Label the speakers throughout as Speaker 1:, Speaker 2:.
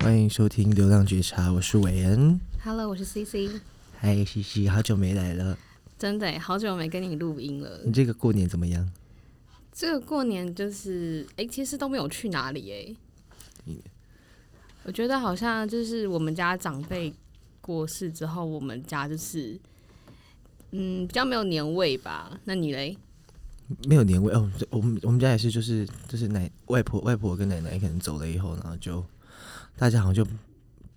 Speaker 1: 欢迎收听《流浪觉察》，我是韦恩。
Speaker 2: Hello，我是 CC，
Speaker 1: 嗨，西西，好久没来了，
Speaker 2: 真的耶欸好久没跟你录音了。
Speaker 1: 你这个过年怎么样？
Speaker 2: 这个过年就是，哎、其实都没有去哪里哎、
Speaker 1: 你
Speaker 2: 我觉得好像就是我们家长辈过世之后，我们家就是，嗯，比较没有年味吧。那你嘞？
Speaker 1: 没有年味哦。我们我们家也是，就是就是奶外婆外婆跟奶奶可能走了以后，然后就大家好像就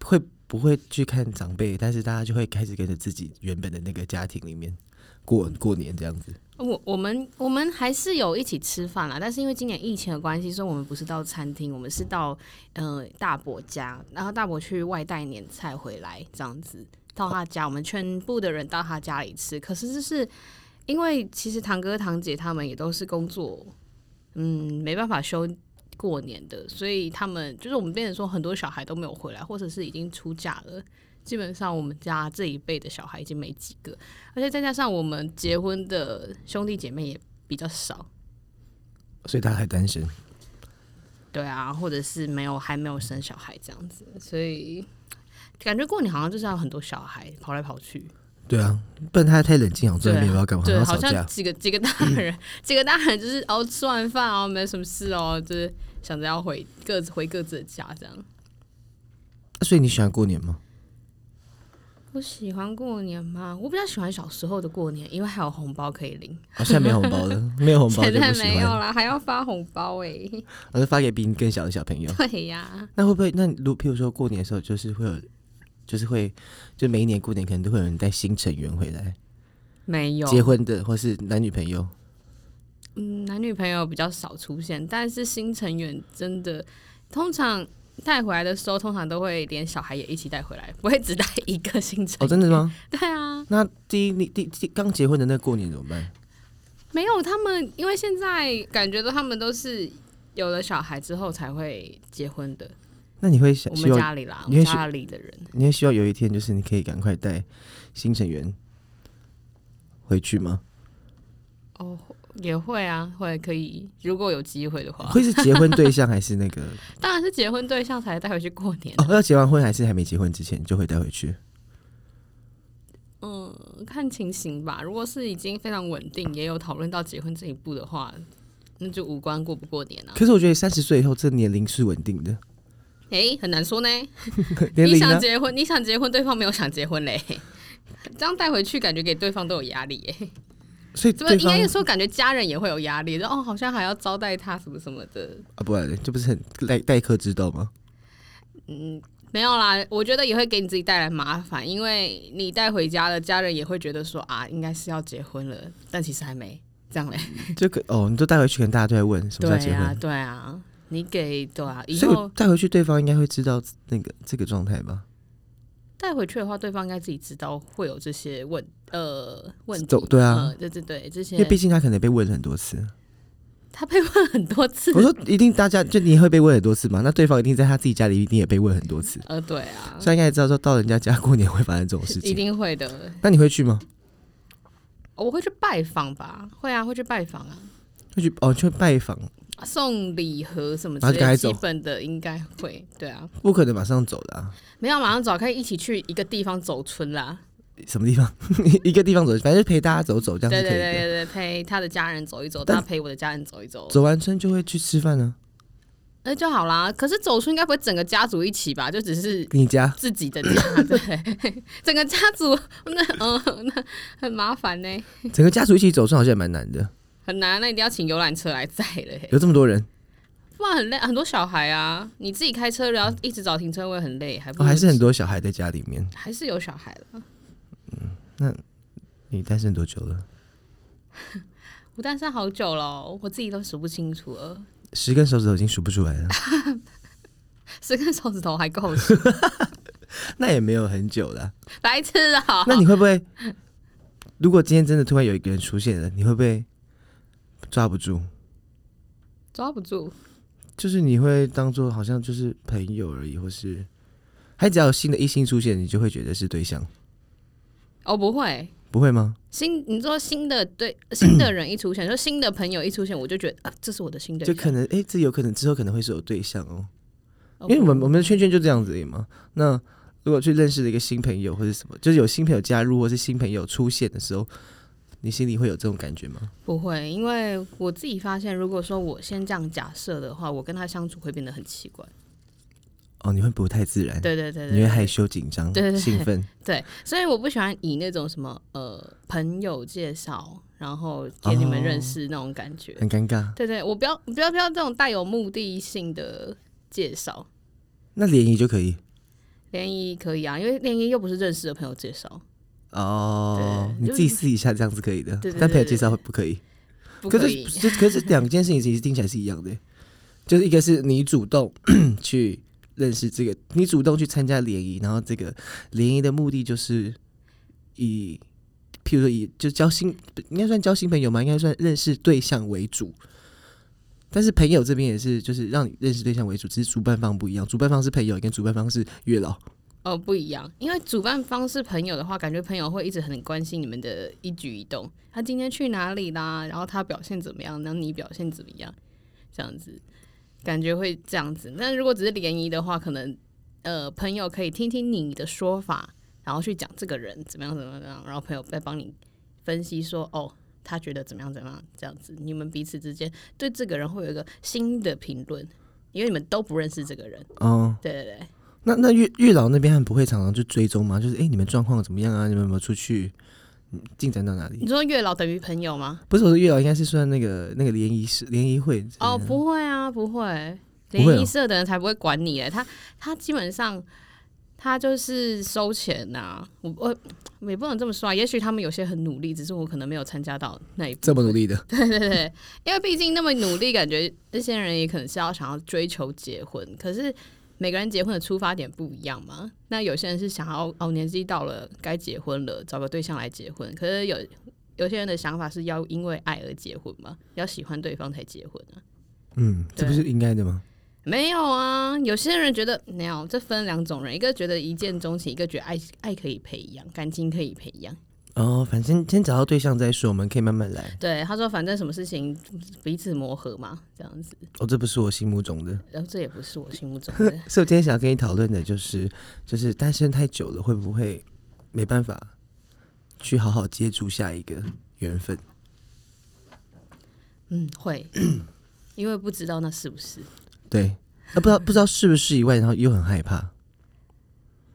Speaker 1: 会不会去看长辈，但是大家就会开始跟着自己原本的那个家庭里面过过年这样子。
Speaker 2: 我我们我们还是有一起吃饭啦，但是因为今年疫情的关系，所以我们不是到餐厅，我们是到呃大伯家，然后大伯去外带年菜回来，这样子到他家，我们全部的人到他家里吃。可是就是因为其实堂哥堂姐他们也都是工作，嗯，没办法休过年的，所以他们就是我们变成说很多小孩都没有回来，或者是已经出嫁了。基本上我们家这一辈的小孩已经没几个，而且再加上我们结婚的兄弟姐妹也比较少，
Speaker 1: 所以大家还单身，
Speaker 2: 对啊，或者是没有还没有生小孩这样子，所以感觉过年好像就是要很多小孩跑来跑去，
Speaker 1: 对啊，不然他太冷静，我真的没有要干嘛，
Speaker 2: 对，
Speaker 1: 吵
Speaker 2: 好像
Speaker 1: 架。啊
Speaker 2: 几个几个大人，几个大人就是哦吃完饭哦没什么事哦，就是想着要回各自回各自的家这样。
Speaker 1: 所以你喜欢过年吗？
Speaker 2: 我喜欢过年吗？我比较喜欢小时候的过年，因为还有红包可以领。
Speaker 1: 哦，现在没有红包了， 没有红包
Speaker 2: 现
Speaker 1: 就
Speaker 2: 在
Speaker 1: 不喜
Speaker 2: 没有
Speaker 1: 欢，
Speaker 2: 啦，还要发红包哎、
Speaker 1: 我就发给比你更小的小朋友。
Speaker 2: 对呀、
Speaker 1: 那会不会？那如譬如说过年的时候，就是会有，就是会，就每一年过年可能都会有人带新成员回来，
Speaker 2: 没有
Speaker 1: 结婚的或是男女朋友，
Speaker 2: 嗯，男女朋友比较少出现，但是新成员真的通常带回来的时候，通常都会连小孩也一起带回来，不会只带一个新成员。
Speaker 1: 哦，真的吗？
Speaker 2: 对啊，
Speaker 1: 那第一你第第刚结婚的那过年怎么办？
Speaker 2: 没有他们，因为现在感觉到他们都是有了小孩之后才会结婚的。
Speaker 1: 那你会想
Speaker 2: 我
Speaker 1: 希
Speaker 2: 们
Speaker 1: 望，
Speaker 2: 家里啦，我
Speaker 1: 你也
Speaker 2: 们
Speaker 1: 许
Speaker 2: 家里的人，
Speaker 1: 你会希望有一天就是你可以赶快带新成员回去吗？
Speaker 2: 哦，也会啊，会可以，如果有机会的话，
Speaker 1: 会是结婚对象还是那 个？
Speaker 2: 当然是结婚对象才带回去过年啊、
Speaker 1: 哦，要结完婚还是还没结婚之前就会带回去？
Speaker 2: 哦嗯，看情形吧。如果是已经非常稳定，也有讨论到结婚这一步的话，那就无关过不过年啊。
Speaker 1: 可是我觉得三十岁以后这年龄是稳定的，
Speaker 2: 诶、很难说呢。
Speaker 1: 年
Speaker 2: 你
Speaker 1: 龄呢
Speaker 2: 想？结婚，你想结婚，对方没有想结婚嘞， 这样带回去感觉给对方都有压力耶。
Speaker 1: 所以
Speaker 2: 怎么
Speaker 1: 对
Speaker 2: 应
Speaker 1: 方
Speaker 2: 该说感觉家人也会有压力，就哦，好像还要招待他什么什么的。
Speaker 1: 啊，不然这不是很待待客之道吗？
Speaker 2: 没有啦，我觉得也会给你自己带来麻烦，因为你带回家了，家人也会觉得说啊，应该是要结婚了，但其实还没，这样嘞。
Speaker 1: 这个哦，你就带回去，可能大家都在问什么时候
Speaker 2: 对
Speaker 1: 结
Speaker 2: 啊，
Speaker 1: 婚，
Speaker 2: 对啊，你给对啊，以
Speaker 1: 所以
Speaker 2: 后
Speaker 1: 我带回去对方应该会知道那个这个状态吧？
Speaker 2: 带回去的话，对方应该自己知道会有这些问呃问题
Speaker 1: 走，对啊
Speaker 2: 呃对对对，这
Speaker 1: 因为
Speaker 2: 些
Speaker 1: 毕竟他可能被问了很多次。
Speaker 2: 他被问很多次
Speaker 1: 我，说一定大家就你也会被问很多次嘛，那对方一定在他自己家里一定也被问很多次，
Speaker 2: 呃，对啊
Speaker 1: 所以，他应该也知道说到人家家过年会发生这种事
Speaker 2: 一
Speaker 1: 情。
Speaker 2: 定会的。
Speaker 1: 那你会去吗？
Speaker 2: 我会去拜访吧，会啊，会去拜访啊，
Speaker 1: 会去哦，去拜访，
Speaker 2: 送礼盒什么之
Speaker 1: 然后就赶啊
Speaker 2: 类，
Speaker 1: 快走
Speaker 2: 基本的应该会，对啊，
Speaker 1: 不可能马上走的啊。
Speaker 2: 没有马上找，可以一起去一个地方走村啦，
Speaker 1: 什么地方？ 一个地方走，反正就陪大家走走这
Speaker 2: 对
Speaker 1: 样
Speaker 2: 对
Speaker 1: 是可
Speaker 2: 对
Speaker 1: 以的。
Speaker 2: 对对，陪他的家人走一走，
Speaker 1: 但
Speaker 2: 他陪我的家人走一走，
Speaker 1: 走完村就会去吃饭啊呢、
Speaker 2: 那就好啦。可是走村应该不会整个家族一起吧，就只是
Speaker 1: 你家
Speaker 2: 自己的 家，对，整个家族那嗯、那很麻烦呢、
Speaker 1: 整个家族一起走村好像也蛮难 的，
Speaker 2: 很难，啊那一定要请游览车来载了、欸，
Speaker 1: 有这么多人，
Speaker 2: 不然很累，很多小孩啊，你自己开车然后一直找停车位很累，还不、
Speaker 1: 哦、还是很多小孩在家里面。
Speaker 2: 还是有小孩了。
Speaker 1: 你单身多久了？
Speaker 2: 我单身好久了哦，我自己都数不清楚了，
Speaker 1: 十根手指头已经数不出来 了，
Speaker 2: 十根手指头还够数，
Speaker 1: 那也没有很久了。
Speaker 2: 白痴啊！
Speaker 1: 那你会不会？如果今天真的突然有一个人出现了，你会不会抓不住？
Speaker 2: 抓不住，
Speaker 1: 就是你会当做好像就是朋友而已，或是还只要有新的异性出现，你就会觉得是对象，
Speaker 2: 哦不会。
Speaker 1: 不会吗？
Speaker 2: 新，你说新的对新的人一出现，就 新的朋友一出现，我就觉得啊，这是我的新对
Speaker 1: 就
Speaker 2: 象。
Speaker 1: 可能哎、这有可能之后可能会是有对象哦。因为我们我们的圈圈就这样子而已嘛。那如果去认识了一个新朋友或者什么，就是有新朋友加入或是新朋友出现的时候，你心里会有这种感觉吗？
Speaker 2: 不会，因为我自己发现，如果说我先这样假设的话，我跟他相处会变得很奇怪。
Speaker 1: 哦，你会不太自然，
Speaker 2: 对对对
Speaker 1: 你会
Speaker 2: 对
Speaker 1: 害羞、紧张
Speaker 2: 对对、对
Speaker 1: 兴 奋，
Speaker 2: 对，所以我不喜欢以那种什么呃朋友介绍，然
Speaker 1: 哦
Speaker 2: 后给你们认识那种感觉。
Speaker 1: 很尴尬。
Speaker 2: 对对，我不要不要不要这种带有目的性的介绍。
Speaker 1: 那联谊就可以
Speaker 2: 联谊可以啊，因为联谊又不是认识的朋友介绍，
Speaker 1: 哦，
Speaker 2: 对
Speaker 1: 你
Speaker 2: 就
Speaker 1: 自
Speaker 2: 是
Speaker 1: 己私底下这样子可以的
Speaker 2: 对对，对
Speaker 1: 但朋友
Speaker 2: 对
Speaker 1: 介绍会不可以？
Speaker 2: 不
Speaker 1: 可
Speaker 2: 可
Speaker 1: 是
Speaker 2: 以。
Speaker 1: 这可是两件事情其实听起来是一样的，欸就是一个是你主动 去认识这个，你主动去参加联谊，然后这个联谊的目的就是以，譬如说以就交新，应该算交新朋友嘛，应该算认识对象为主。但是朋友这边也是，就是让你认识对象为主，只是主办方不一样。主办方是朋友，跟主办方是月老。
Speaker 2: 哦，不一样，因为主办方是朋友的话，感觉朋友会一直很关心你们的一举一动。他今天去哪里啦？然后他表现怎么样？然后你表现怎么样？这样子，感觉会这样子。但如果只是联谊的话，可能呃，朋友可以听听你的说法，然后去讲这个人怎么样怎么样怎么样，然后朋友再帮你分析说，哦，他觉得怎么样怎么样这样子。你们彼此之间对这个人会有一个新的评论，因为你们都不认识这个人。
Speaker 1: 哦、
Speaker 2: 对对对。
Speaker 1: 那那月月老那边很不会常常去追踪吗？就是哎、诶你们状况怎么样啊？你们有没有出去？嗯进展到哪里
Speaker 2: 你？说月老等于朋友吗？
Speaker 1: 不是我说月老，应该是算那个那个联谊是联谊会
Speaker 2: 哦，不会啊，不会，
Speaker 1: 不会哦
Speaker 2: 联谊社的人才不会管你欸嘞。他他基本上他就是收钱呐、我我我也不能这么说啊。也许他们有些很努力，只是我可能没有参加到那一部
Speaker 1: 这么努
Speaker 2: 力。
Speaker 1: 力的，
Speaker 2: 对对对，因为毕竟那么努力，感觉那些人也可能是要想要追求结婚，可是。每个人结婚的出发点不一样嘛，那有些人是想要哦，年纪到了该结婚了，找个对象来结婚。可是有有些人的想法是要因为爱而结婚嘛，要喜欢对方才结婚啊。
Speaker 1: 嗯，这不
Speaker 2: 对
Speaker 1: 是应该的吗？
Speaker 2: 没有啊，有些人觉得没有，这分两种人，一个觉得一见钟情，一个觉得爱爱可以培养，感情可以培养。
Speaker 1: 哦，反正先找到对象再说，我们可以慢慢来。
Speaker 2: 对，他说反正什么事情彼此磨合嘛，这样子。
Speaker 1: 哦，这不是我心目中的，
Speaker 2: 然后这也不是我心目中的
Speaker 1: 所以我今天想要跟你讨论的就是，就是单身太久了，会不会没办法去好好接触下一个缘分？
Speaker 2: 嗯，会，因为不知道那是不是
Speaker 1: 对，啊，不知道不知道是不是以外，然后又很害怕，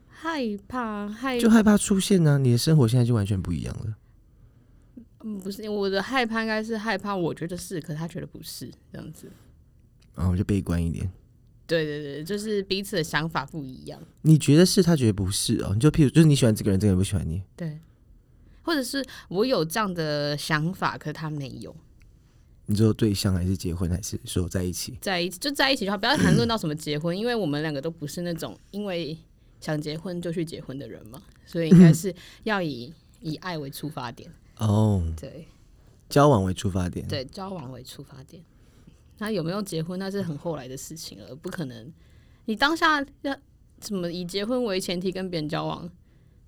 Speaker 2: 害怕害
Speaker 1: 就害怕出现呢、你的生活现在就完全不一样了。
Speaker 2: 嗯不是我的害怕，应该是害怕，我觉得是，可他觉得不是这样子。
Speaker 1: 然后我就悲观一点。
Speaker 2: 对对对，就是彼此的想法不一样。
Speaker 1: 你觉得是，他觉得不是哦。你就譬如，就是你喜欢这个人，这个人不喜欢你，
Speaker 2: 对，或者是我有这样的想法，可他没有。
Speaker 1: 你说对象还是结婚，还是说在一起？
Speaker 2: 在一起就在一起就好，不要谈论到什么结婚，因为我们两个都不是那种因为想结婚就去结婚的人嘛，所以应该是要以以爱为出发点，
Speaker 1: 哦、
Speaker 2: 对
Speaker 1: 交往为出发点。，
Speaker 2: 对，交往为出发点。那有没有结婚，那是很后来的事情了，不可能。你当下要怎么以结婚为前提跟别人交往，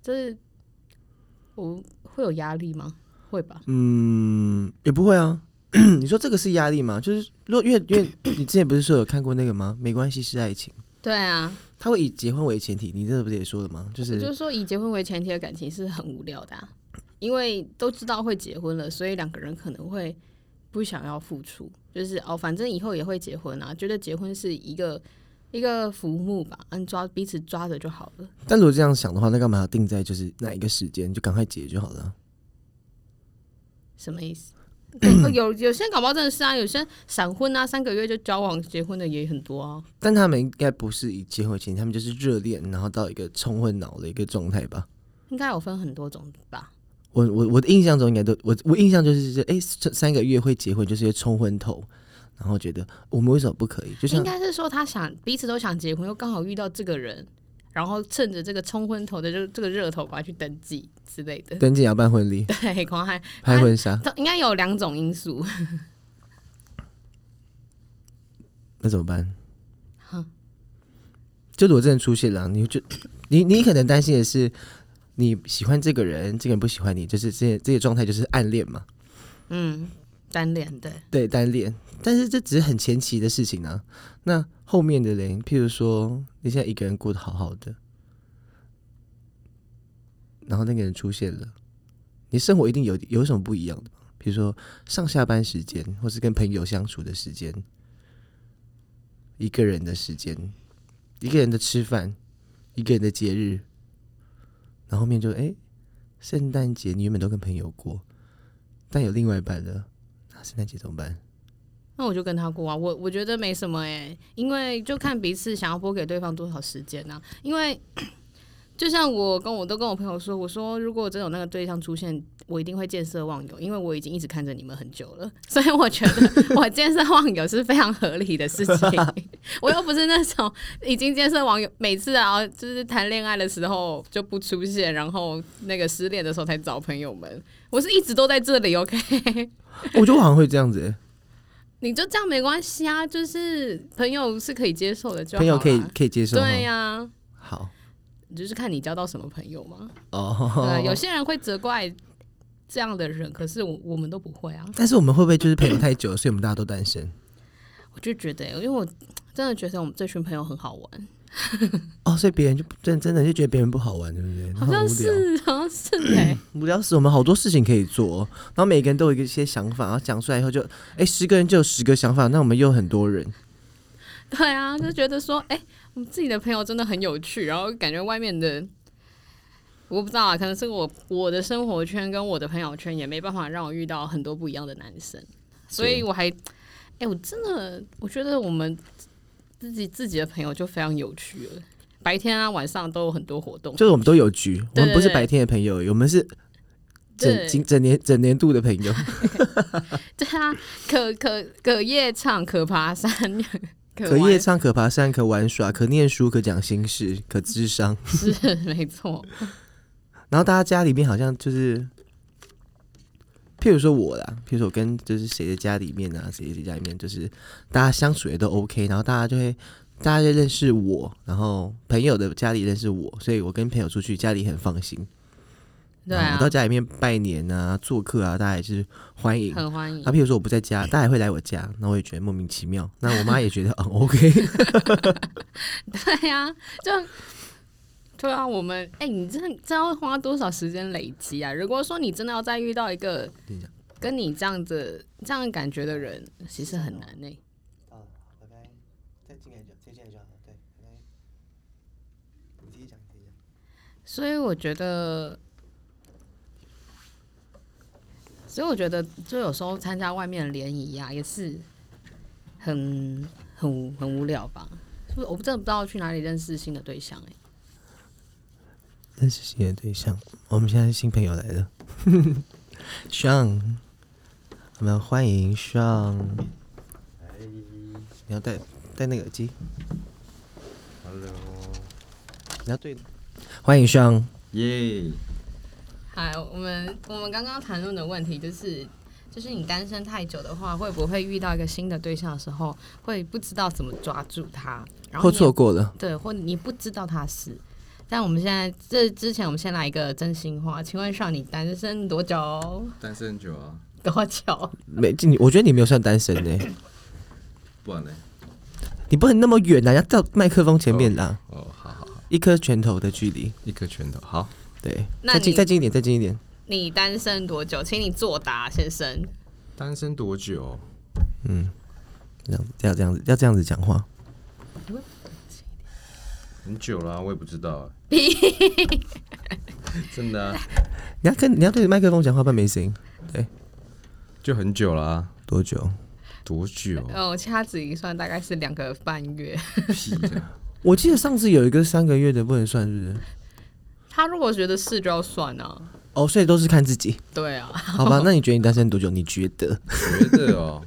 Speaker 2: 这是我会有压力吗？会吧。
Speaker 1: 嗯，也不会啊。 你说这个是压力吗？就是如果因为因 为你之前不是说有看过那个吗？没关系是爱情，
Speaker 2: 对啊，
Speaker 1: 他会以结婚为前提，你这不是也说了吗？就是
Speaker 2: 就是说，以结婚为前提的感情是很无聊的啊、因为都知道会结婚了，所以两个人可能会不想要付出，就是哦，反正以后也会结婚啊，觉得结婚是一个一个浮木吧，按抓彼此抓着就好了。
Speaker 1: 但如果这样想的话，那干嘛要定在就是哪一个时间就赶快结就好了啊？
Speaker 2: 什么 意思？哦有有些搞不好真的是啊，有些闪婚啊，三个月就交往结婚的也很多啊。
Speaker 1: 但他们应该不是以结婚为前提，他们就是热恋，然后到一个冲昏脑的一个状态吧。
Speaker 2: 应该有分很多种吧？
Speaker 1: 我我我的印象中应该都我我印象就是这哎三三个月会结婚就是因为冲昏头，然后觉得我们为什么不可以？就
Speaker 2: 应
Speaker 1: 像
Speaker 2: 该是说他想彼此都想结婚，又刚好遇到这个人，然后趁着这个冲昏头的这这个热头，赶快去登记之类的。
Speaker 1: 登记也要办婚 礼、
Speaker 2: 对，狂嗨，
Speaker 1: 拍婚纱，
Speaker 2: 这应该有两种因素，
Speaker 1: 那怎么办？就如果真的出现了，你就你你可能担心的是你喜欢这个人，这个人不喜欢你，就是这这些状态就是暗恋嘛。
Speaker 2: 嗯，单恋对，
Speaker 1: 对单恋，但是这只是很前期的事情啊。那后面的人，譬如说你现在一个人过得好好的，然后那个人出现了，你生活一定有有什么不一样的吧？比如说上下班时间，或是跟朋友相处的时间，一个人的时间，一个人的吃饭，一个人的节日，然后后面就哎，圣诞节你原本都跟朋友过，但有另外一半了。那圣诞节怎么办？
Speaker 2: 那我就跟他过啊，我我觉得没什么哎、因为就看彼此想要拨给对方多少时间呢、啊因为就像我跟我都跟我朋友说，我说如果真有那个对象出现，我一定会见色忘友，因为我已经一直看着你们很久了， 所以我觉得我见色忘友是非常合理的事情。 我又不是那种已经见色忘友，每次啊就是谈恋爱的时候就不出现，然后那个失恋的时候才找朋友们，我是一直都在这里，OK。
Speaker 1: 我觉得我好像会这样子、欸，
Speaker 2: 你就这样没关系啊，就是朋友是可以接受的就好
Speaker 1: 朋友
Speaker 2: 啦
Speaker 1: 可以可以接受哈。
Speaker 2: 对呀、
Speaker 1: 好
Speaker 2: 就是看你交到什么朋友嘛。
Speaker 1: 哦
Speaker 2: 对，，啊 有些人会责怪这样的人，可是我我们都不会啊。
Speaker 1: 但是我们会不会就是朋友太久了，所以我们大家都单身？
Speaker 2: 我就觉得，因为我真的觉得我们这群朋友很好玩，
Speaker 1: 哦，所以别人就真真的就觉得别人不好玩，对不对？
Speaker 2: 好
Speaker 1: 然后很无
Speaker 2: 像
Speaker 1: 聊，
Speaker 2: 是，好像是哎、
Speaker 1: 无聊死，我们好多事情可以做哦，然后每个人都有一些想法，然后讲出来以后就，哎，十个人就有十个想法，那我们又有很多人，
Speaker 2: 对啊，就觉得说，哎、我们自己的朋友真的很有趣，然后感觉外面的，我不知道啊，可能是我我的生活圈跟我的朋友圈也没办法让我遇到很多不一样的男生，所以我还，哎、我真的我觉得我们自己自己的朋友就非常有趣了，白天啊晚上都有很多活动，
Speaker 1: 就是我们都有局，我
Speaker 2: 对
Speaker 1: 们不是
Speaker 2: 对
Speaker 1: 白天的朋友，我们是整
Speaker 2: 对
Speaker 1: 今整年整年度的朋友，
Speaker 2: 对啊，可可可夜唱，可爬山， 可
Speaker 1: 可
Speaker 2: 玩
Speaker 1: 夜唱，可爬山，可玩耍，可念书，可讲心事，可智商。
Speaker 2: 是 没错，
Speaker 1: 然后大家家里面好像就是，譬如说我啦，譬如说我跟就是谁的家里面啊，谁的家里面，就是大家相处也都 OK，然后大家就会大家就认识我，然后朋友的家里认识我，所以我跟朋友出去家里很放心。
Speaker 2: 对
Speaker 1: 然后
Speaker 2: 啊
Speaker 1: 我到，家里面拜年啊、做客啊，大家也是欢迎。
Speaker 2: 很欢迎
Speaker 1: 啊，。譬如说我不在家，大家也会来我家，那我也觉得莫名其妙。那我妈也觉得嗯 OK，
Speaker 2: 对呀、就对啊，我们哎、你这这要花多少时间累积啊？如果说你真的要再遇到一个
Speaker 1: 跟你讲
Speaker 2: 跟你这样子这样感觉的人，其实很难欸呢、
Speaker 1: 拜拜，哦再进来就再进来就好了。对，拜拜。你自己讲，你自己讲。
Speaker 2: 所以我觉得，所以我觉得，就有时候参加外面的联谊啊，也是很很无很无聊吧。是不是？我真的不知道去哪里认识新的对象哎、
Speaker 1: 认识新的对象，我们现在新朋友来 了，Sean，我们欢迎 Sean。你要戴戴那个耳机，
Speaker 3: Hello，
Speaker 1: 你要对。欢迎 Sean，
Speaker 3: 耶！
Speaker 2: 嗨，我们我们刚刚谈论的问题就是，就是你单身太久的话，会不会遇到一个新的对象的时候，会不知道怎么抓住他，然后
Speaker 1: 或
Speaker 2: 你也
Speaker 1: 错过了，
Speaker 2: 对，或你不知道他是。但我们现在这之前，我们先来一个真心话，请问上你单身多久？
Speaker 3: 单身很久啊，
Speaker 2: 多久？
Speaker 1: 没你，我觉得你没有算单身呢、
Speaker 3: 不然呢？
Speaker 1: 你不能那么远啊，要到麦克风前面啦，
Speaker 3: 哦，好好好，
Speaker 1: 一颗拳头的距离。
Speaker 3: 一颗拳头，好，
Speaker 1: 对，
Speaker 2: 那
Speaker 1: 再近
Speaker 2: 你
Speaker 1: 再近一点，再近一点。
Speaker 2: 你单身多久？请你作答，先生。
Speaker 3: 单身多久？
Speaker 1: 这样子，要这样子，要这样子讲话。
Speaker 3: 很久啦、我也不知 道、啊真的、啊，
Speaker 1: 你要跟你要对着麦克风讲话，不然没声音。
Speaker 3: 就很久啦、
Speaker 1: 多久？
Speaker 3: 多久？
Speaker 2: 呃，我掐指一算，大概是两个半月。
Speaker 3: 屁啊的，
Speaker 1: 我记得上次有一个三个月的不能算，是不是？
Speaker 2: 他如果觉得是，就要算啊。
Speaker 1: 哦，所以都是看自己。
Speaker 2: 对啊。
Speaker 1: 好吧，那你觉得你单身多久？你觉 得
Speaker 3: 觉得哦，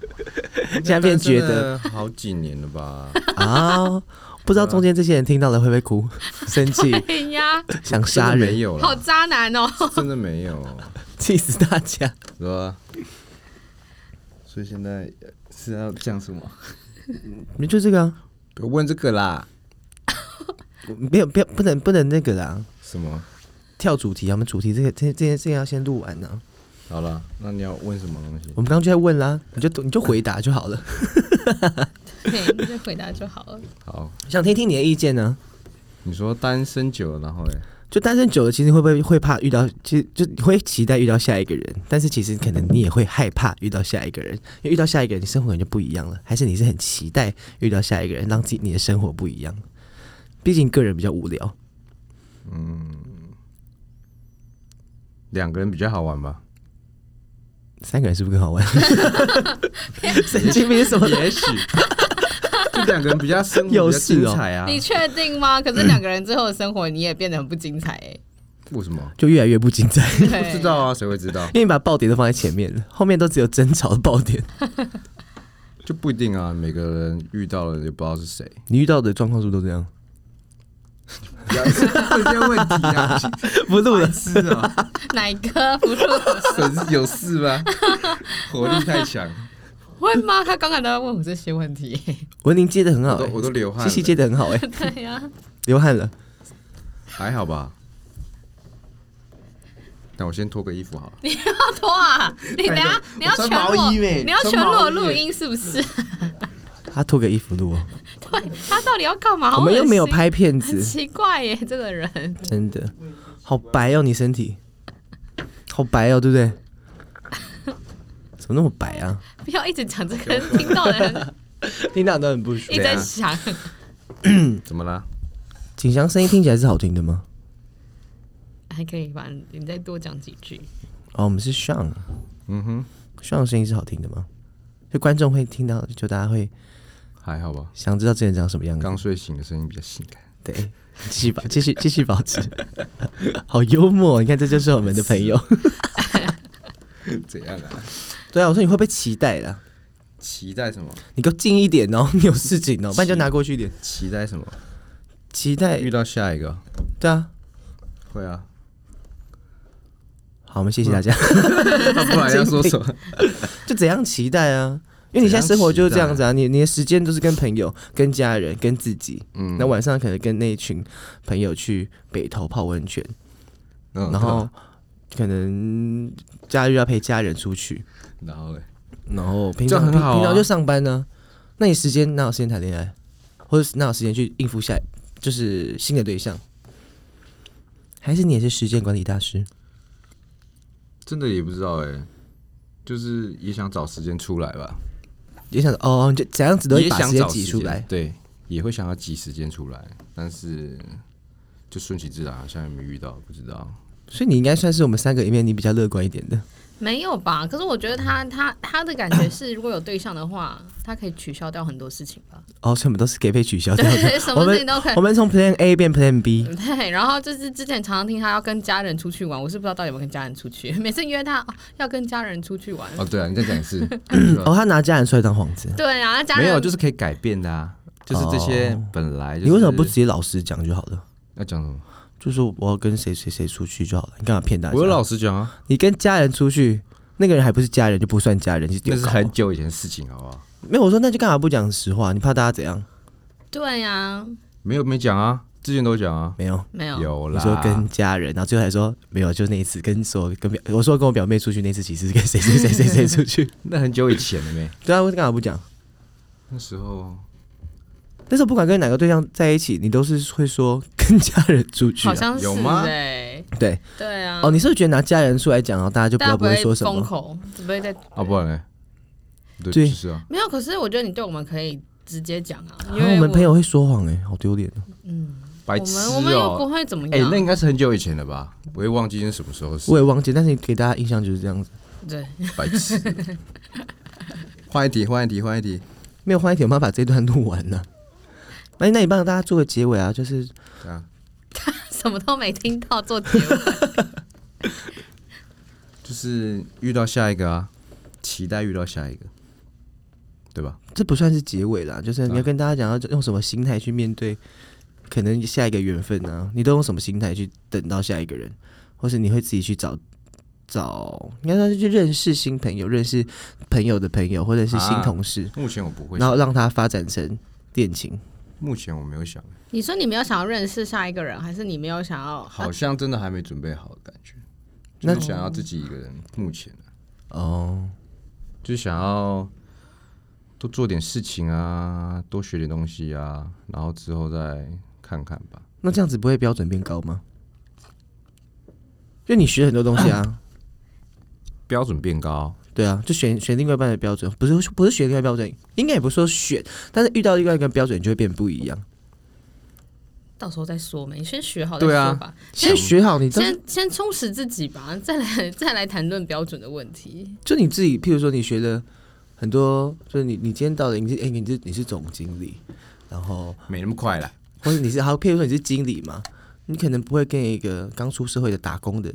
Speaker 1: 现在变觉得
Speaker 3: 单身了好几年了 吧？
Speaker 1: 啊？不知道中间这些人听到了会不会 哭、生气、
Speaker 2: 哎呀，
Speaker 1: 想杀
Speaker 3: 真的没
Speaker 1: 人，
Speaker 3: 有
Speaker 2: 好
Speaker 3: 了，
Speaker 2: 渣男 哦、
Speaker 3: 真的没有，
Speaker 1: 气死大家？
Speaker 3: 是吧？所以现在呃是要讲什么？
Speaker 1: 你就这个、啊，
Speaker 3: 不要问这个啦，
Speaker 1: 没有，不要，不能，不能那个啦，
Speaker 3: 什么？
Speaker 1: 跳主题啊！我们主题这个这这这个要先录完呢、
Speaker 3: 好了，那你要问什么东西？
Speaker 1: 我们刚刚就在问啦，你就你就回答就好了，
Speaker 2: 对，你就回答就好了。
Speaker 3: 好，
Speaker 1: 想听听你的意见呢。
Speaker 3: 你说单身久了，然后嘞，
Speaker 1: 就单身久了，其实会不会会怕遇到？其实就你会期待遇到下一个人，但是其实可能你也会害怕遇到下一个人，因为遇到下一个人，你生活可能就不一样了。还是你是很期待遇到下一个人，让自己你的生活不一样？毕竟个人比较无聊，
Speaker 3: 嗯两个人比较好玩吧？
Speaker 1: 三个人是不是更好玩？神经病是什么？
Speaker 3: 也许， 就两个人比较生活
Speaker 1: 有
Speaker 3: 比较
Speaker 1: 事哦
Speaker 3: 精彩啊。
Speaker 2: 你确定 吗？可是两个人最后的生活你也变得很不精彩哎、
Speaker 3: 为什么？
Speaker 1: 就越来越不精彩，
Speaker 2: 对
Speaker 3: 不知道啊，谁会知道？
Speaker 1: 因为你把爆点都放在前面了，后面都只有争吵的爆点。
Speaker 3: 就不一定啊，每个人遇到了也不知道是谁。
Speaker 1: 你遇到的状况是不是都这样？
Speaker 3: 不要一直问这些问题 啊，
Speaker 1: 不录了，
Speaker 3: 是啊，
Speaker 2: 哪一个不是？
Speaker 3: 神是有事 吗？活力太强，
Speaker 2: 会吗？他刚才都在问我这些问 题、
Speaker 1: 文玲接的很好、
Speaker 3: 我
Speaker 1: 欸
Speaker 3: 都，我都流汗
Speaker 1: 西
Speaker 3: 了，
Speaker 1: 西接的很好、欸，
Speaker 2: 对呀、
Speaker 1: 流汗了。
Speaker 3: 还好吧？那我先脱个衣服好了。
Speaker 2: 脱啊！你等
Speaker 3: 哎
Speaker 2: 下
Speaker 3: 对
Speaker 2: 你要
Speaker 3: 我穿
Speaker 2: 全裸，
Speaker 3: 毛衣呗
Speaker 2: 你要
Speaker 3: 穿
Speaker 2: 全裸
Speaker 3: 毛衣
Speaker 2: 录
Speaker 3: 耶
Speaker 2: 音是不是？
Speaker 1: 他脱个衣服录哦，
Speaker 2: 对他到底要干嘛？好
Speaker 1: 我们又没有
Speaker 2: 恶心，
Speaker 1: 拍片
Speaker 2: 很
Speaker 1: 子，
Speaker 2: 奇怪耶，这个人。
Speaker 1: 真的好白哦，你身体好白哦，对不对？怎么那么白啊？
Speaker 2: 不要一直讲这个， 听到的
Speaker 3: 啊
Speaker 2: 人
Speaker 1: 听到都很不舒
Speaker 2: 一直在想。
Speaker 3: 怎么啦？
Speaker 1: 景祥声音听起来是好听的吗？
Speaker 2: 还可以吧，你再多讲几句。
Speaker 1: 哦，我们是 Sean，
Speaker 3: 嗯哼，
Speaker 1: Sean 的声音是好听的吗？就观众会听到，就大家会
Speaker 3: 还好吧。
Speaker 1: 想知道之前长什么样子。
Speaker 3: 刚睡醒的声音比较性感。
Speaker 1: 对，继续保，继续继续保持， 好幽默。你看，这就是我们的朋友。
Speaker 3: 怎样啊？
Speaker 1: 对啊，我说你会不会期待啦？
Speaker 3: 期待什么？
Speaker 1: 你给我近一点哦，你有事情哦，不然就拿过去一点。
Speaker 3: 期待什么？
Speaker 1: 期待
Speaker 3: 遇，到下一个？
Speaker 1: 对啊。
Speaker 3: 哎会啊，
Speaker 1: 好，我们谢谢大家。
Speaker 3: 不然要说 什么？
Speaker 1: 就怎样期待啊？因为你现在生活就是这样子啊，你你的时间都是跟朋友、跟家人、跟自己，
Speaker 3: 嗯
Speaker 1: 那晚上可能跟那一群朋友去北头泡温泉，
Speaker 3: 嗯
Speaker 1: 然后可能假日要陪家人出去，
Speaker 3: 然后嘞，
Speaker 1: 然后平
Speaker 3: 这
Speaker 1: 常
Speaker 3: 样很好啊
Speaker 1: 平平常就上班呢、那你时间哪有时间谈恋爱，或者是哪有时间去应付下就是新的对象？还是你也是时间管理大师？
Speaker 3: 真的也不知道哎、就是也想找时间出来吧，
Speaker 1: 也想哦，你就怎样子都会
Speaker 3: 也
Speaker 1: 把时
Speaker 3: 想
Speaker 1: 间
Speaker 3: 找
Speaker 1: 挤
Speaker 3: 时
Speaker 1: 出
Speaker 3: 间
Speaker 1: 来，
Speaker 3: 对，也会想要挤时间出来，但是就顺其自然，好像也没遇到，不知道。
Speaker 1: 所以你应该算是我们三个里面你比较乐观一点的。
Speaker 2: 没有吧？可是我觉得他他他的感觉是，如果有对象的话，他可以取消掉很多事情吧。
Speaker 1: 哦，全部都是给被取消掉
Speaker 2: 对
Speaker 1: 的。
Speaker 2: 什
Speaker 1: 我
Speaker 2: 么事
Speaker 1: 们
Speaker 2: 情都可以
Speaker 1: 我们从 Plan A 变 Plan B，
Speaker 2: 对，然后就是之前常常听他要跟家人出去玩，我是不知道到底有没有跟家人出去。每次约他、哦要跟家人出去玩，
Speaker 3: 哦，对啊，你再讲一次，啊
Speaker 1: 哦，他拿家人出来当幌子。
Speaker 2: 对啊，家人
Speaker 3: 没有，就是可以改变的啊，就是这些本来、就是。
Speaker 1: 你为什么不直接老实讲就好了？
Speaker 3: 要讲什么？
Speaker 1: 就说我要跟谁谁谁出去就好了，你干嘛骗大家？
Speaker 3: 我有老实讲啊，
Speaker 1: 你跟家人出去，那个人还不是家人就不算家人，是丢
Speaker 3: 那
Speaker 1: 狗
Speaker 3: 是很久以前的事情，好不好？
Speaker 1: 没有，我说那就干嘛不讲实话？你怕大家怎样？
Speaker 2: 对呀、啊，
Speaker 3: 没有没讲啊，之前都讲啊，
Speaker 1: 没有，
Speaker 2: 没有
Speaker 3: 有
Speaker 1: 我
Speaker 3: 啦。
Speaker 1: 说跟家人，然后最后还说没有，就那一次跟说跟表，我说跟我表妹出去那次，其实是跟谁谁谁谁谁出 去。
Speaker 3: 那很久以前了没？
Speaker 1: 对啊，我干嘛不讲？
Speaker 3: 那时候
Speaker 1: 但是不管跟哪个对象在一起，你都是会说跟家人出去啊、
Speaker 2: 好像是
Speaker 3: 有吗
Speaker 2: 对
Speaker 1: 对。
Speaker 2: 对啊，
Speaker 1: 哦，你是不是觉得拿家人出来讲，然后大家就比
Speaker 2: 大家
Speaker 1: 较
Speaker 2: 不
Speaker 1: 会
Speaker 2: 会
Speaker 1: 说什
Speaker 2: 封
Speaker 1: 么？
Speaker 2: 口，只不会在
Speaker 3: 啊，不然嘞，对，
Speaker 1: 对
Speaker 3: 就是啊，
Speaker 2: 没有。可是我觉得你对我们可以直接讲啊，因
Speaker 1: 然后
Speaker 2: 为
Speaker 1: 我们朋友会说谎，哎，好丢脸哦。
Speaker 3: 白
Speaker 2: 我
Speaker 3: 痴
Speaker 2: 们我们又不
Speaker 3: 哦。
Speaker 2: 会怎么
Speaker 3: 哎，
Speaker 2: 样，
Speaker 3: 那应该是很久以前了吧？我也忘记是什么时候是
Speaker 1: 我也忘记，但是给大家印象就是这样子。
Speaker 2: 对，
Speaker 3: 白痴。 换一题，换一题，换一题。
Speaker 1: 没有换一点，我们要把这段录完呢。哎，那你帮大家做个结尾啊，就是
Speaker 3: 啊，
Speaker 2: 什么都没听到做结尾，
Speaker 3: 就是遇到下一个啊，期待遇到下一个，对吧？
Speaker 1: 这不算是结尾啦，就是
Speaker 2: 嗯
Speaker 1: 你要跟大家讲要用什么心态去面对，可能下一个缘分啊，你都用什么心态去等到下一个人，或是你会自己去找找，应该说是去认识新朋友，认识朋友的朋友，或者是新
Speaker 3: 啊
Speaker 1: 同事，
Speaker 3: 目前我不会
Speaker 1: 然
Speaker 3: 想，
Speaker 1: 后让他发展成恋情。
Speaker 3: 目前我没有想，
Speaker 2: 你说你没有想要认识下一个人，还是你没有想要？啊
Speaker 3: 好像真的还没准备好的感觉。就是想要自己一个人，目前啊
Speaker 1: 哦，
Speaker 3: 就是想要多做点事情啊，多学点东西啊，然后之后再看看吧。
Speaker 1: 那这样子不会标准变高吗？就你学很多东西 啊，
Speaker 3: 标准变高，
Speaker 1: 对啊，就选选另外一半的标准，不是不是选另外一半的标准，应该也不是说选，但是遇到另外一个标准，你就会变不一样。
Speaker 2: 到时候再说嘛，你先学好再
Speaker 3: 对啊
Speaker 2: 说吧，
Speaker 1: 先学好你，真
Speaker 2: 先先充实自己吧，再来 再来谈论标准的问题。
Speaker 1: 就你自己，譬如说你学的很多，就是你你今天到了，你是哎、你是你是总经理，然后
Speaker 3: 没那么快啦。
Speaker 1: 或者你是好，譬如说你是经理嘛，你可能不会跟一个刚出社会的打工的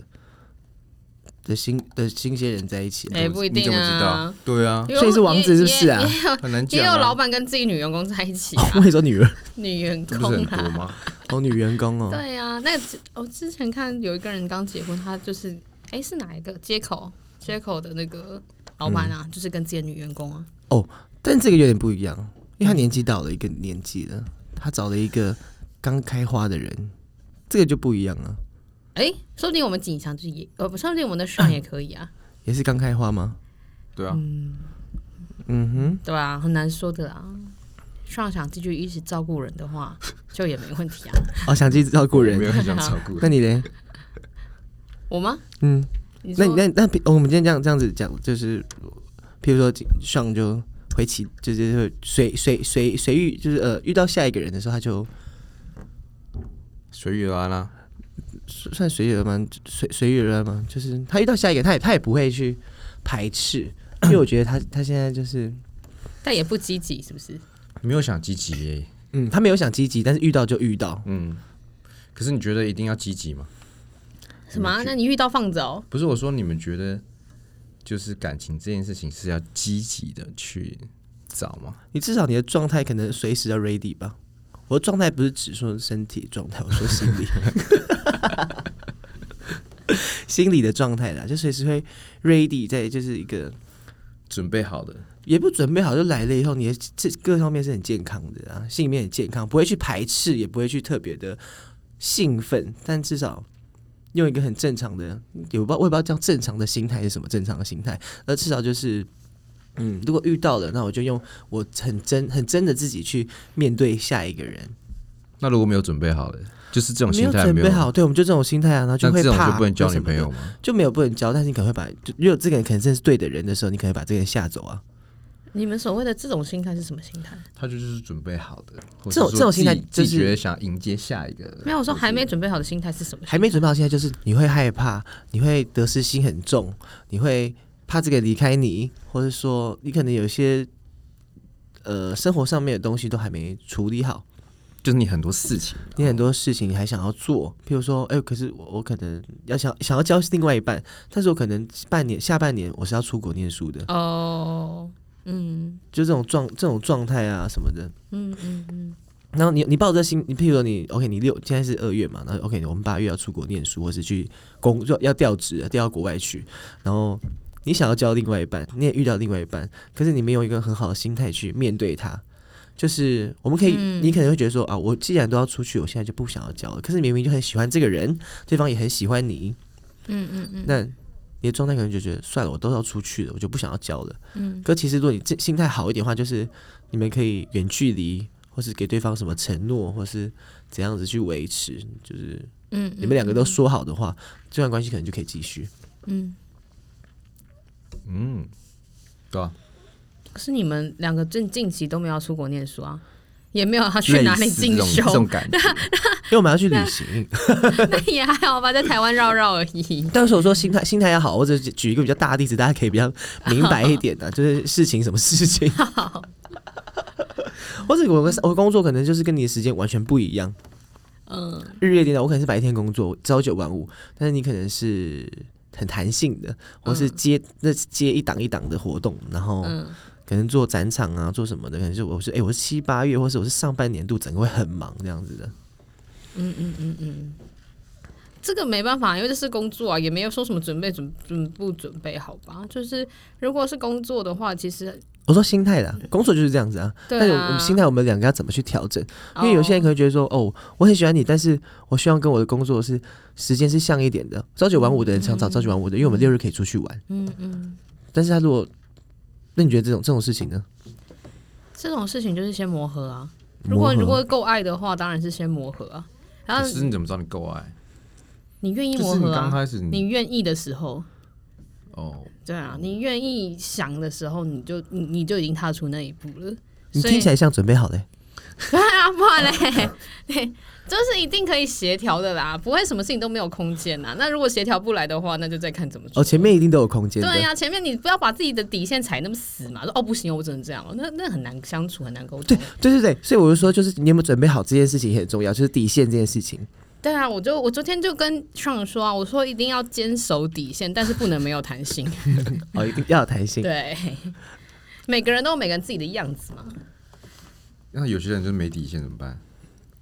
Speaker 1: 的新的新鲜人在一起啊、
Speaker 2: 哎、
Speaker 3: 你怎么
Speaker 2: 不一定
Speaker 3: 你怎么知
Speaker 2: 啊
Speaker 3: 道，？对啊，
Speaker 2: 有
Speaker 1: 所以是王子是不是啊
Speaker 2: 也也也有
Speaker 3: 很难讲、
Speaker 2: 也
Speaker 3: 啊。哦
Speaker 2: 有老板跟自己女员工在一 起、
Speaker 1: 我
Speaker 2: 啊，
Speaker 1: 跟你说，女人
Speaker 2: 女员
Speaker 3: 这不是
Speaker 2: 工
Speaker 3: 很多
Speaker 2: 啊，
Speaker 3: 吗？
Speaker 1: 哦，女员工哦，
Speaker 2: 对啊，那个我之前看有一个人刚结婚，他就是哎、是哪一个接口接口的那个老板
Speaker 3: 嗯
Speaker 2: 啊，就是跟自己的女员工啊，
Speaker 1: 但这个有点不一样，因为他年纪到了一个年纪
Speaker 2: 嗯
Speaker 1: 了，他找了一个刚开花的人，这个就不一样了。
Speaker 2: 哎、说不定我们锦祥就也呃，不，说不定我们的上 也可以啊，
Speaker 1: 也是刚开花吗？
Speaker 3: 对啊，
Speaker 1: 嗯哼，
Speaker 2: 对啊，很难说的啦。上想继续一直照顾人的话，就也没问题啊。
Speaker 1: 哦，想去照顾
Speaker 3: 我没
Speaker 1: 人，
Speaker 3: 有很想照 顾
Speaker 1: 那
Speaker 3: 人。
Speaker 1: 你嘞？
Speaker 2: 我吗？
Speaker 1: 嗯，
Speaker 2: 你
Speaker 1: 那
Speaker 2: 说
Speaker 1: 你那那，我们今天这样这样子讲，就是譬如说上就回起，就是会随随随随遇，就是呃遇到下一个人的时候，他就
Speaker 3: 随遇啊而安啦，
Speaker 1: 算随遇而安吗，随随遇而安吗？就是他遇到下一个，他也他也不会去排斥，因为我觉得他他现在就是。
Speaker 2: 但也不积极，是不是？
Speaker 3: 没有想积极耶。
Speaker 1: 嗯，他没有想积极，但是遇到就遇到，
Speaker 3: 嗯，可是你觉得一定要积极吗？
Speaker 2: 什么啊？那你遇到放着哦，
Speaker 3: 不是我说，你们觉得就是感情这件事情是要积极的去找吗？
Speaker 1: 你至少你的状态可能随时要 ready 吧。我的状态不是只说身体状态，我说心理，心理的状态啦，就随时会 ready，在就是一个
Speaker 3: 准备好的，
Speaker 1: 也不准备好就来了以后，你的这各方面是很健康的啊，心里面很健康，不会去排斥，也不会去特别的兴奋，但至少用一个很正常的，也不知道我也不知道叫正常的心态是什么正常的心态，而至少就是。嗯，如果遇到了，那我就用我很真、很真的自己去面对下一个人。
Speaker 3: 那如果没有准备好的，就是这种
Speaker 1: 没有
Speaker 3: 心态
Speaker 1: 准
Speaker 3: 没
Speaker 1: 备
Speaker 3: 有，
Speaker 1: 好，对，我们就这种心态啊，然后就
Speaker 3: 那
Speaker 1: 会
Speaker 3: 这种
Speaker 1: 怕，
Speaker 3: 就不能交女朋
Speaker 1: 或什
Speaker 3: 友
Speaker 1: 么的，
Speaker 3: 吗？
Speaker 1: 就没有不能交，但是你可能会把，就如果这个人可能真的是对的人的时候，你可能会把这个人吓走啊。
Speaker 2: 你们所谓的这种心态是什么心态？
Speaker 3: 他就是准备好的，或
Speaker 1: 这种
Speaker 3: 者
Speaker 1: 这
Speaker 3: 说
Speaker 1: 种心态
Speaker 3: 自己
Speaker 1: 就是
Speaker 3: 自己觉得想迎接下一个，
Speaker 2: 没有，我说还没准备好的心态是什么？
Speaker 1: 还没准备好，现在就是你会害怕，你会得失心很重，你会怕这个离开你，或者说你可能有些呃生活上面的东西都还没处理好，
Speaker 3: 就是你很多事情，
Speaker 1: 你很多事情你还想要做，譬如说，哎、可是我我可能要想想要交另外一半，但是我可能半年下半年我是要出国念书的，
Speaker 2: 哦，嗯
Speaker 1: 就这种状这种状态啊什么的。
Speaker 2: 嗯嗯嗯，
Speaker 1: 然后你你抱着心，你譬如说你 OK，你六现在是二月嘛，然后 OK，我们八月要出国念书，或是去工作要调职，调到国外去，然后你想要交另外一半，你也遇到另外一半，可是你没有一个很好的心态去面对他。就是我们可以，
Speaker 2: 嗯
Speaker 1: 你可能会觉得说啊，我既然都要出去，我现在就不想要交了。可是你明明就很喜欢这个人，对方也很喜欢你，
Speaker 2: 嗯嗯嗯，
Speaker 1: 那你的状态可能就觉得算了，我都要出去了，我就不想要交了。
Speaker 2: 嗯，
Speaker 1: 可其实如果你这心态好一点的话，就是你们可以远距离，或是给对方什么承诺，或是怎样子去维持，就是
Speaker 2: 嗯，
Speaker 1: 你们两个都说好的话，这段关系可能就可以继续。
Speaker 2: 嗯，
Speaker 3: 嗯，对啊，
Speaker 2: 可是你们两个近近期都没有要出国念书啊，也没有要
Speaker 3: 类
Speaker 2: 去
Speaker 3: 似
Speaker 2: 哪里进
Speaker 3: 这种这
Speaker 2: 修
Speaker 3: 种，感觉，
Speaker 1: 因为我们要去旅行，
Speaker 2: 那也还好吧，在台湾绕绕而已。
Speaker 1: 但是我说心态心态要好，我只是举一个比较大的例子，大家可以比较明白一点 的、就是事情什么事情。或者我的我的工作可能就是跟你的时间完全不一样，
Speaker 2: 嗯，
Speaker 1: 日夜颠倒，我可能是白天工作，朝九晚五，但是你可能是很弹性的，或是接、那接一档一档的活动，然后
Speaker 2: 嗯
Speaker 1: 可能做展场啊，做什么的，可能就我是哎、我是七八月，或是我是上半年度，整个会很忙这样子的。
Speaker 2: 这个没办法，因为这是工作啊，也没有说什么准备准准不准备好吧。就是如果是工作的话，其实
Speaker 1: 我说心态啦，工作就是这样子啊。
Speaker 2: 对啊
Speaker 1: 但
Speaker 2: 哦
Speaker 1: 是我们心态，我们两个要怎么去调整？因为有些人可能觉得说，哦，我很喜欢你，但是我希望跟我的工作是时间是像一点的。朝九晚五的人想找朝九晚五的，因为我们六日可以出去玩。
Speaker 2: 嗯嗯，
Speaker 1: 但是他如果，那你觉得这种这种事情呢？
Speaker 2: 这种事情就是先磨合啊。如果
Speaker 1: 磨合
Speaker 2: 如果够爱的话，当然是先磨合 啊。然
Speaker 3: 可
Speaker 2: 后
Speaker 3: 是你怎么知道你够爱？
Speaker 2: 你愿意
Speaker 3: 就
Speaker 2: 磨
Speaker 3: 是你
Speaker 2: 合
Speaker 3: 刚
Speaker 2: 啊，
Speaker 3: 开始
Speaker 2: 你
Speaker 3: 你
Speaker 2: 愿意的时候，
Speaker 3: 哦，
Speaker 2: 对啊，你愿意想的时候，你就你你就已经踏出那一步 了。
Speaker 1: 你
Speaker 2: 所以
Speaker 1: 听起来像准备好的、
Speaker 2: 对啊，不然嘞， 对，就是一定可以协调的啦，不会什么事情都没有空间呐。那如果协调不来的话，那就再看怎么做。
Speaker 1: 哦，前面一定都有空间的。
Speaker 2: 对啊呀、前面你不要把自己的底线踩那么死嘛，说哦不行哦，我只能这样哦，那那很难相处，很难沟通。
Speaker 1: 对对对，所以我就说，就是你有没有准备好这件事情也很重要，就是底线这件事情。
Speaker 2: 对啊，我就我昨天就跟上说啊，我说一定要坚守底线，但是不能没有弹 性。
Speaker 1: 哦，一定要有弹性。
Speaker 2: 对，每个人都有每个人自己的样子嘛，
Speaker 3: 那有些人就是没底线怎么办？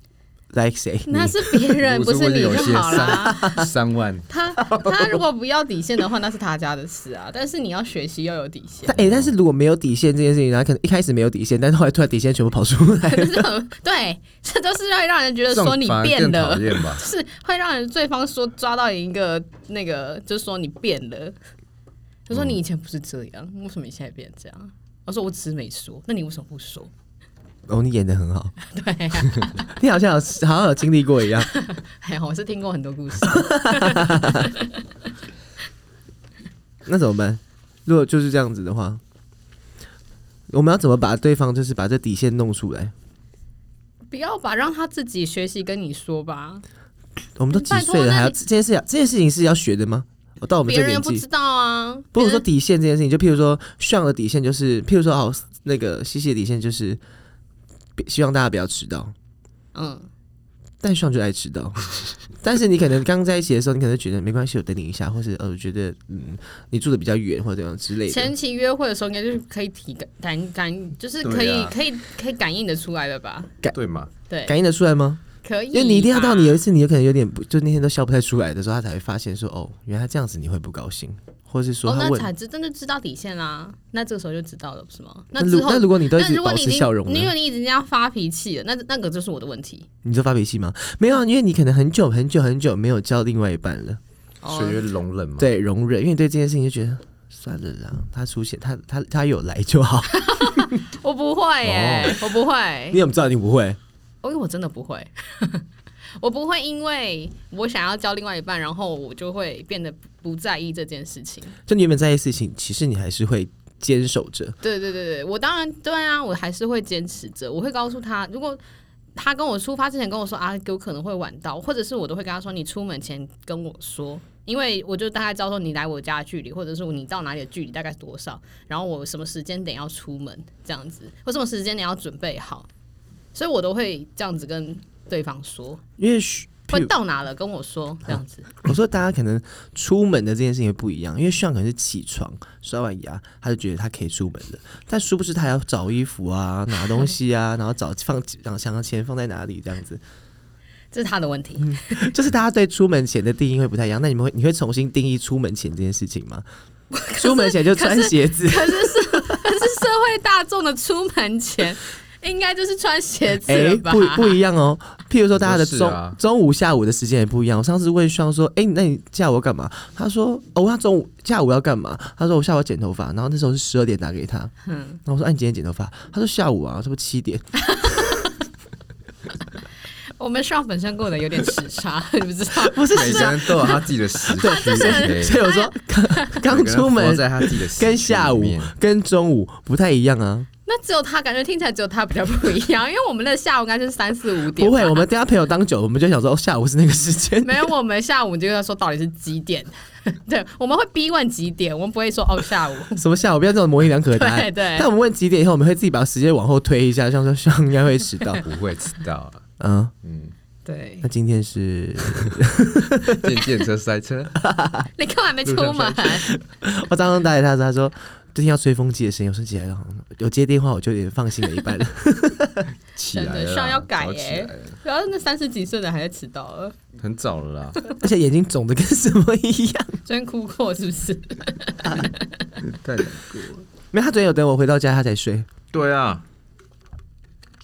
Speaker 1: Like 谁？
Speaker 3: 嗯
Speaker 1: 你
Speaker 2: 那是别人
Speaker 3: 我
Speaker 2: 不
Speaker 3: 是
Speaker 2: 是
Speaker 3: 问
Speaker 2: 你
Speaker 3: 有些
Speaker 2: 就好 啦。
Speaker 3: 三 万，
Speaker 2: 他他如果不要底线的话，那是他家的事啊。但是你要学习要有底线
Speaker 1: 但，哎、但是如果没有底线这件事情，然后可能一开始没有底线，但是后来突然底线全部跑出来 了，
Speaker 2: 对，这都是会让人觉得
Speaker 3: 这
Speaker 2: 说
Speaker 3: 种
Speaker 2: 你
Speaker 3: 反而
Speaker 2: 变
Speaker 3: 更讨
Speaker 2: 了。
Speaker 3: 厌 吧？
Speaker 2: 是会让人对方说抓到一个那个，就是说你变了。他说你以前不是这样，为什么你现在变这样？我说我只是没说，那你为什么不说？
Speaker 1: 哦，你演的很好，
Speaker 2: 对、啊，
Speaker 1: 你好像有好像有经历过一样。
Speaker 2: 还哎好我是听过很多故事。
Speaker 1: 那怎么办？如果就是这样子的话，我们要怎么把对方就是把这底线弄出来？
Speaker 2: 不要吧，让他自己学习跟你说吧，
Speaker 1: 我们都几
Speaker 2: 嗯拜托
Speaker 1: 岁了，还要
Speaker 2: 那你
Speaker 1: 这件事，这件事情是要学的吗？我到我们
Speaker 2: 别
Speaker 1: 这
Speaker 2: 人又
Speaker 1: 年
Speaker 2: 不
Speaker 1: 纪
Speaker 2: 知，道啊。
Speaker 1: 不
Speaker 2: 别
Speaker 1: 是说
Speaker 2: 人
Speaker 1: 底线这件事情，就譬如说上的底线就是，譬如说好那个西西的底线就是，别希望大家不要迟到。
Speaker 2: 嗯，
Speaker 1: 但上就爱迟到， 但是你可能刚在一起的时候，你可能觉得没关系，我等你一下，或是呃，我觉得嗯，你住的比较远或者怎样之类的。
Speaker 2: 前期约会的时候应该就是可以体感感感，就是可以、
Speaker 3: 对啊
Speaker 2: 可以可以感应得出来的吧？
Speaker 3: 对嘛？
Speaker 2: 对，
Speaker 1: 感应得出来吗？
Speaker 2: 可以吧，
Speaker 1: 因为你一定要到你有一次你有可能有点不，就那天都笑不太出来的时候，他才会发现说哦，原来这样子你会不高兴，或是说
Speaker 2: 哦，
Speaker 1: 他
Speaker 2: 那
Speaker 1: 问、
Speaker 2: 才知真的知道底线啦。那这个时候就知道了，不是吗？那
Speaker 1: 如
Speaker 2: 之后
Speaker 1: 那如果你都一
Speaker 2: 那
Speaker 1: 直
Speaker 2: 如果
Speaker 1: 保
Speaker 2: 你已
Speaker 1: 持
Speaker 2: 经，
Speaker 1: 笑容呢
Speaker 2: 因，为你已经这样发脾气了，那那个就是我的问题。
Speaker 1: 你就发脾气吗？没有啊，因为你可能很久很久很久没有交另外一半了，
Speaker 2: 哦
Speaker 3: 学会容忍嘛？
Speaker 1: 对，容忍，因为你对这件事情就觉得算了啦，他出现他他他有来就 好。
Speaker 2: 我不会耶、
Speaker 1: 哦
Speaker 2: 我不
Speaker 1: 你
Speaker 2: 会，哦
Speaker 1: 怎么知道你不会？
Speaker 2: 因为我真的不会， 我不会因为我想要交另外一半，然后我就会变得不在意这件事情。
Speaker 1: 就你原本在意的事情，其实你还是会坚守着。
Speaker 2: 对对对对，我当然对啊，我还是会坚持着，我会告诉他，如果他跟我出发之前跟我说啊，有可能会晚到，或者是我都会跟他说，你出门前跟我说，因为我就大概知道说你来我家的距离，或者是你到哪里的距离大概多少，然后我什么时间点要出门这样子，或什么时间点要准备好，所以我都会这样子跟对方说，
Speaker 1: 因为嘘譬
Speaker 2: 会
Speaker 1: 如
Speaker 2: 到哪了跟我说这样子。
Speaker 1: 我说大家可能出门的这件事情不一样，因为像可能是起床刷完牙，他就觉得他可以出门了，但殊不知他还要找衣服啊、拿东西啊， 然后找放想想钱放在哪里这样子，
Speaker 2: 这是他的问题，
Speaker 1: 就是大家对出门前的定义会不太一样。那你们会你会重新定义出门前这件事情吗？出门前就穿鞋子，
Speaker 2: 可是是可是社会大众的出门前，应该就是穿鞋子
Speaker 1: 哎、
Speaker 2: 了吧？
Speaker 1: 不不一样哦。譬如说，大家的
Speaker 3: 很多事
Speaker 1: 中、
Speaker 3: 啊
Speaker 1: 中午、下午的时间也不一样。我上次问双说：“哎、那你下午要干嘛？”他说：“哦，他中午下午要干嘛？”他说：“我下午要剪头发。”然后那时候是十二点打给他，然后我说：“哎、你今天剪头发？”他说：“下午啊，差不多七点。
Speaker 2: 我们上本身过得有点时差， 你不知道？
Speaker 1: 不是
Speaker 3: 每个人都有他自己的时区，OK，
Speaker 1: 所以我说刚刚
Speaker 3: 每个人
Speaker 1: 出
Speaker 3: 活
Speaker 1: 门
Speaker 3: 在他自己的时区
Speaker 1: 跟下午
Speaker 3: 里面
Speaker 1: 跟中午不太一样啊。
Speaker 2: 那只有他感觉听起来只有他比较不一样，因为我们的下午应该就是三四五点
Speaker 1: 不
Speaker 2: 吧。
Speaker 1: 会，我们等下朋友当久，我们就想说、哦、下午是那个时间。
Speaker 2: 没有，我们下午就要说到底是几点？ 对，我们会逼问几点，我们不会说哦下午。
Speaker 1: 什么下午？不要这种模棱两可的答案。
Speaker 2: 对对
Speaker 1: 但我们问几点以后，我们会自己把时间往后推一下，像说 像应该会迟到。
Speaker 3: 不会迟到啊。
Speaker 1: 嗯，
Speaker 3: 嗯，
Speaker 2: 对
Speaker 1: 那，今天是。
Speaker 3: 见见车 塞车，
Speaker 2: 你干嘛没出
Speaker 3: 路
Speaker 2: 门
Speaker 3: 上？
Speaker 1: 我早上打给他的时候，他说最近要吹风机的声音，我说起来了，有接电话我就有点放心了一半了。
Speaker 3: 起来
Speaker 2: 真
Speaker 3: 了
Speaker 2: 的
Speaker 3: 啦，
Speaker 2: 上要改
Speaker 3: 早起
Speaker 2: 欸
Speaker 3: 来了
Speaker 2: 不要那三十几岁的还在迟到呃了，
Speaker 3: 很早了啦。
Speaker 1: 而且眼睛肿的跟什么一样。
Speaker 2: 昨天哭过是不是？
Speaker 3: 太难过了。
Speaker 1: 没有，他昨天有等我回到家，他才睡。
Speaker 3: 对啊，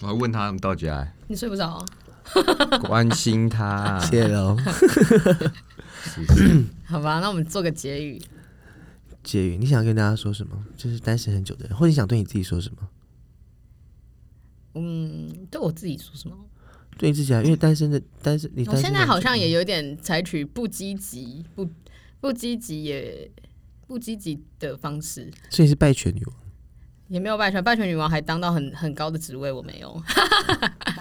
Speaker 3: 我还问他有没有到家、欸
Speaker 2: 你睡不着、
Speaker 3: 关心他、
Speaker 1: 谢 喽。
Speaker 3: 是不是
Speaker 2: 好吧，那我们做个结语。
Speaker 1: 杰宇，你想跟大家说什么？就是单身很久的人，或者你想对你自己说什么？
Speaker 2: 嗯，对我自己说什么？
Speaker 1: 对你自己啊，因为单身的单身，你
Speaker 2: 我
Speaker 1: 单身
Speaker 2: 现在好像
Speaker 1: 也
Speaker 2: 也有点采取不积极、不不积极也不积极的方式，
Speaker 1: 所以是败犬女王。
Speaker 2: 也没有拜权，拜权女王还当到很很高的职位，我没有。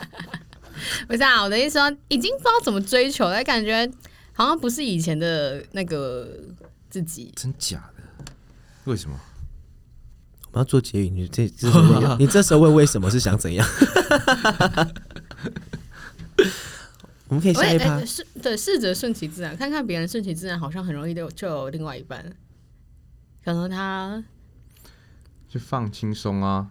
Speaker 2: 不是啊，我的意思说，已经不知道怎么追求了，感觉好像不是以前的那个自己。
Speaker 3: 真假的？为什么？
Speaker 1: 我们要做结语，你这这时候 问你这时候问为什么是想怎样？我们可以
Speaker 2: 我
Speaker 1: 下
Speaker 2: 也
Speaker 1: 一
Speaker 2: 哎
Speaker 1: 趴。
Speaker 2: 是对，试着顺其自然，看看别人顺其自然，好像很容易就就有另外一半。可能他
Speaker 3: 就放轻松啊！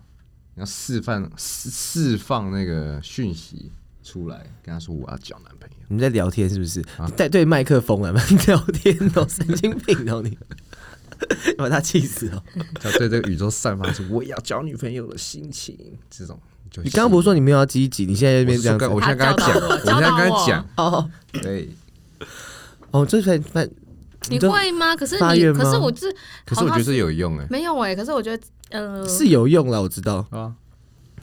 Speaker 3: 你要释放释释放那个讯息出来，跟他说我要交男朋友。
Speaker 1: 你们在聊天是不是？在对麦克风啊， 聊天哦，神经病哦你！ 把他气死哦！
Speaker 3: 要对这个宇宙散发出我也要交女朋友的心情，这种就
Speaker 1: 你刚刚不是说你没有要积极，你现在在那
Speaker 3: 我
Speaker 1: 边
Speaker 3: 是
Speaker 1: 这样子
Speaker 3: 说跟我现在跟他讲，我
Speaker 2: 他教
Speaker 3: 现
Speaker 2: 导
Speaker 3: 在
Speaker 2: 我
Speaker 3: 跟他讲，
Speaker 1: 哦
Speaker 3: 对，
Speaker 1: 哦，这反反
Speaker 2: 你
Speaker 1: 都
Speaker 2: 会吗？可是
Speaker 1: 发
Speaker 2: 你
Speaker 1: 愿，
Speaker 2: 可是
Speaker 1: 吗
Speaker 2: 我这，
Speaker 3: 可是
Speaker 2: 好
Speaker 3: 我觉
Speaker 2: 像
Speaker 3: 得有用哎、
Speaker 2: 没有哎、可是我觉得，呃，
Speaker 1: 是有用了，我知道，
Speaker 3: 啊，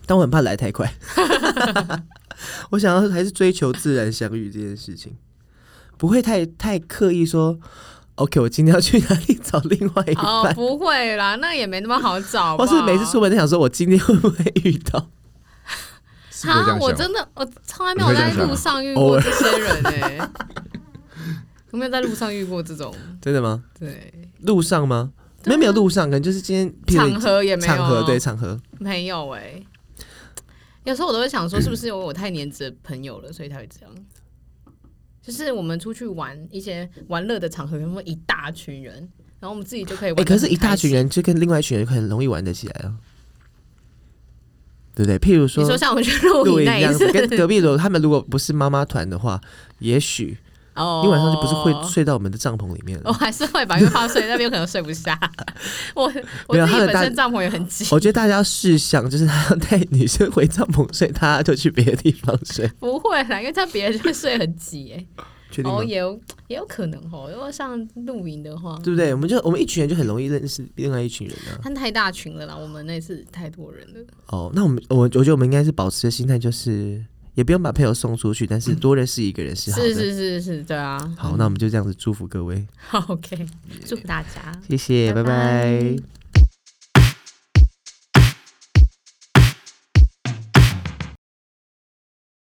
Speaker 1: 但我很怕来太快。 我想要还是追求自然相遇这件事情，不会太太刻意说，OK，我今天要去哪里找另外一
Speaker 2: 哦，
Speaker 1: 半，
Speaker 2: 不会啦，那也没那么好找 吧。
Speaker 1: 或是每次出门都想说，我今天会不会遇到？
Speaker 3: 是不是这
Speaker 2: 啊，
Speaker 3: 样
Speaker 2: 我
Speaker 3: 想？
Speaker 2: 真的我从来没
Speaker 3: 你
Speaker 2: 有
Speaker 3: 会这
Speaker 2: 在
Speaker 3: 样想啊
Speaker 2: 路上遇
Speaker 1: 偶
Speaker 2: 过
Speaker 1: 尔
Speaker 2: 这些人哎、
Speaker 1: 哦
Speaker 2: 我没有在路上遇过这种，
Speaker 1: 真的吗？
Speaker 2: 对，
Speaker 1: 路上吗？没有没有路上，可能就是今天譬如
Speaker 2: 啊场合也没有，啊
Speaker 1: 场合对场合，
Speaker 2: 没有哎、有时候我都 会想说，是不是因为我太黏着朋友了，所以才会这样？就是我们出去玩一些玩乐的场合，有没有一大群人，然后我们自己就可以玩
Speaker 1: 哎、
Speaker 2: 得很
Speaker 1: 可
Speaker 2: 开
Speaker 1: 是，
Speaker 2: 心。
Speaker 1: 一大群人就跟另外一群人很容易玩得起来啊，对不对？譬如
Speaker 2: 你
Speaker 1: 说
Speaker 2: 说像我们去露
Speaker 1: 露营
Speaker 2: 营那
Speaker 1: 这
Speaker 2: 一
Speaker 1: 样
Speaker 2: 次
Speaker 1: 子，，跟隔壁楼他们如果不是妈妈团的话，也许
Speaker 2: 哦
Speaker 1: 你晚上就不是会 睡到我们的帐篷里面
Speaker 2: 我
Speaker 1: 了。
Speaker 2: 还是会吧，因为怕睡那边可能睡 不下。我我
Speaker 1: 没有
Speaker 2: 自己
Speaker 1: 他的
Speaker 2: 本
Speaker 1: 大
Speaker 2: 身帐篷也很挤，
Speaker 1: 我觉得大家要试想，就是他要带女生回帐篷睡，他就去别的地方睡，
Speaker 2: 不会啦，因为他别人就会睡很挤哎、
Speaker 1: 确定吗
Speaker 2: 哦，？也有也有可能哦，如果像露营的话，
Speaker 1: 对不对？我们就我们一群人就很容易认识另外一群人啊。
Speaker 2: 他太大群了啦，我们那次太多人了。
Speaker 1: 哦，那我们我我觉得我们应该是保持的心态就是，也不用把朋友送出去，但是多认识一个人是好的。
Speaker 2: 嗯是是是是，对啊。
Speaker 1: 好，那我们就这样子祝福各位，
Speaker 2: 好，OK，祝福大家。
Speaker 1: 谢谢，
Speaker 2: 拜
Speaker 1: 拜
Speaker 2: 拜
Speaker 1: 拜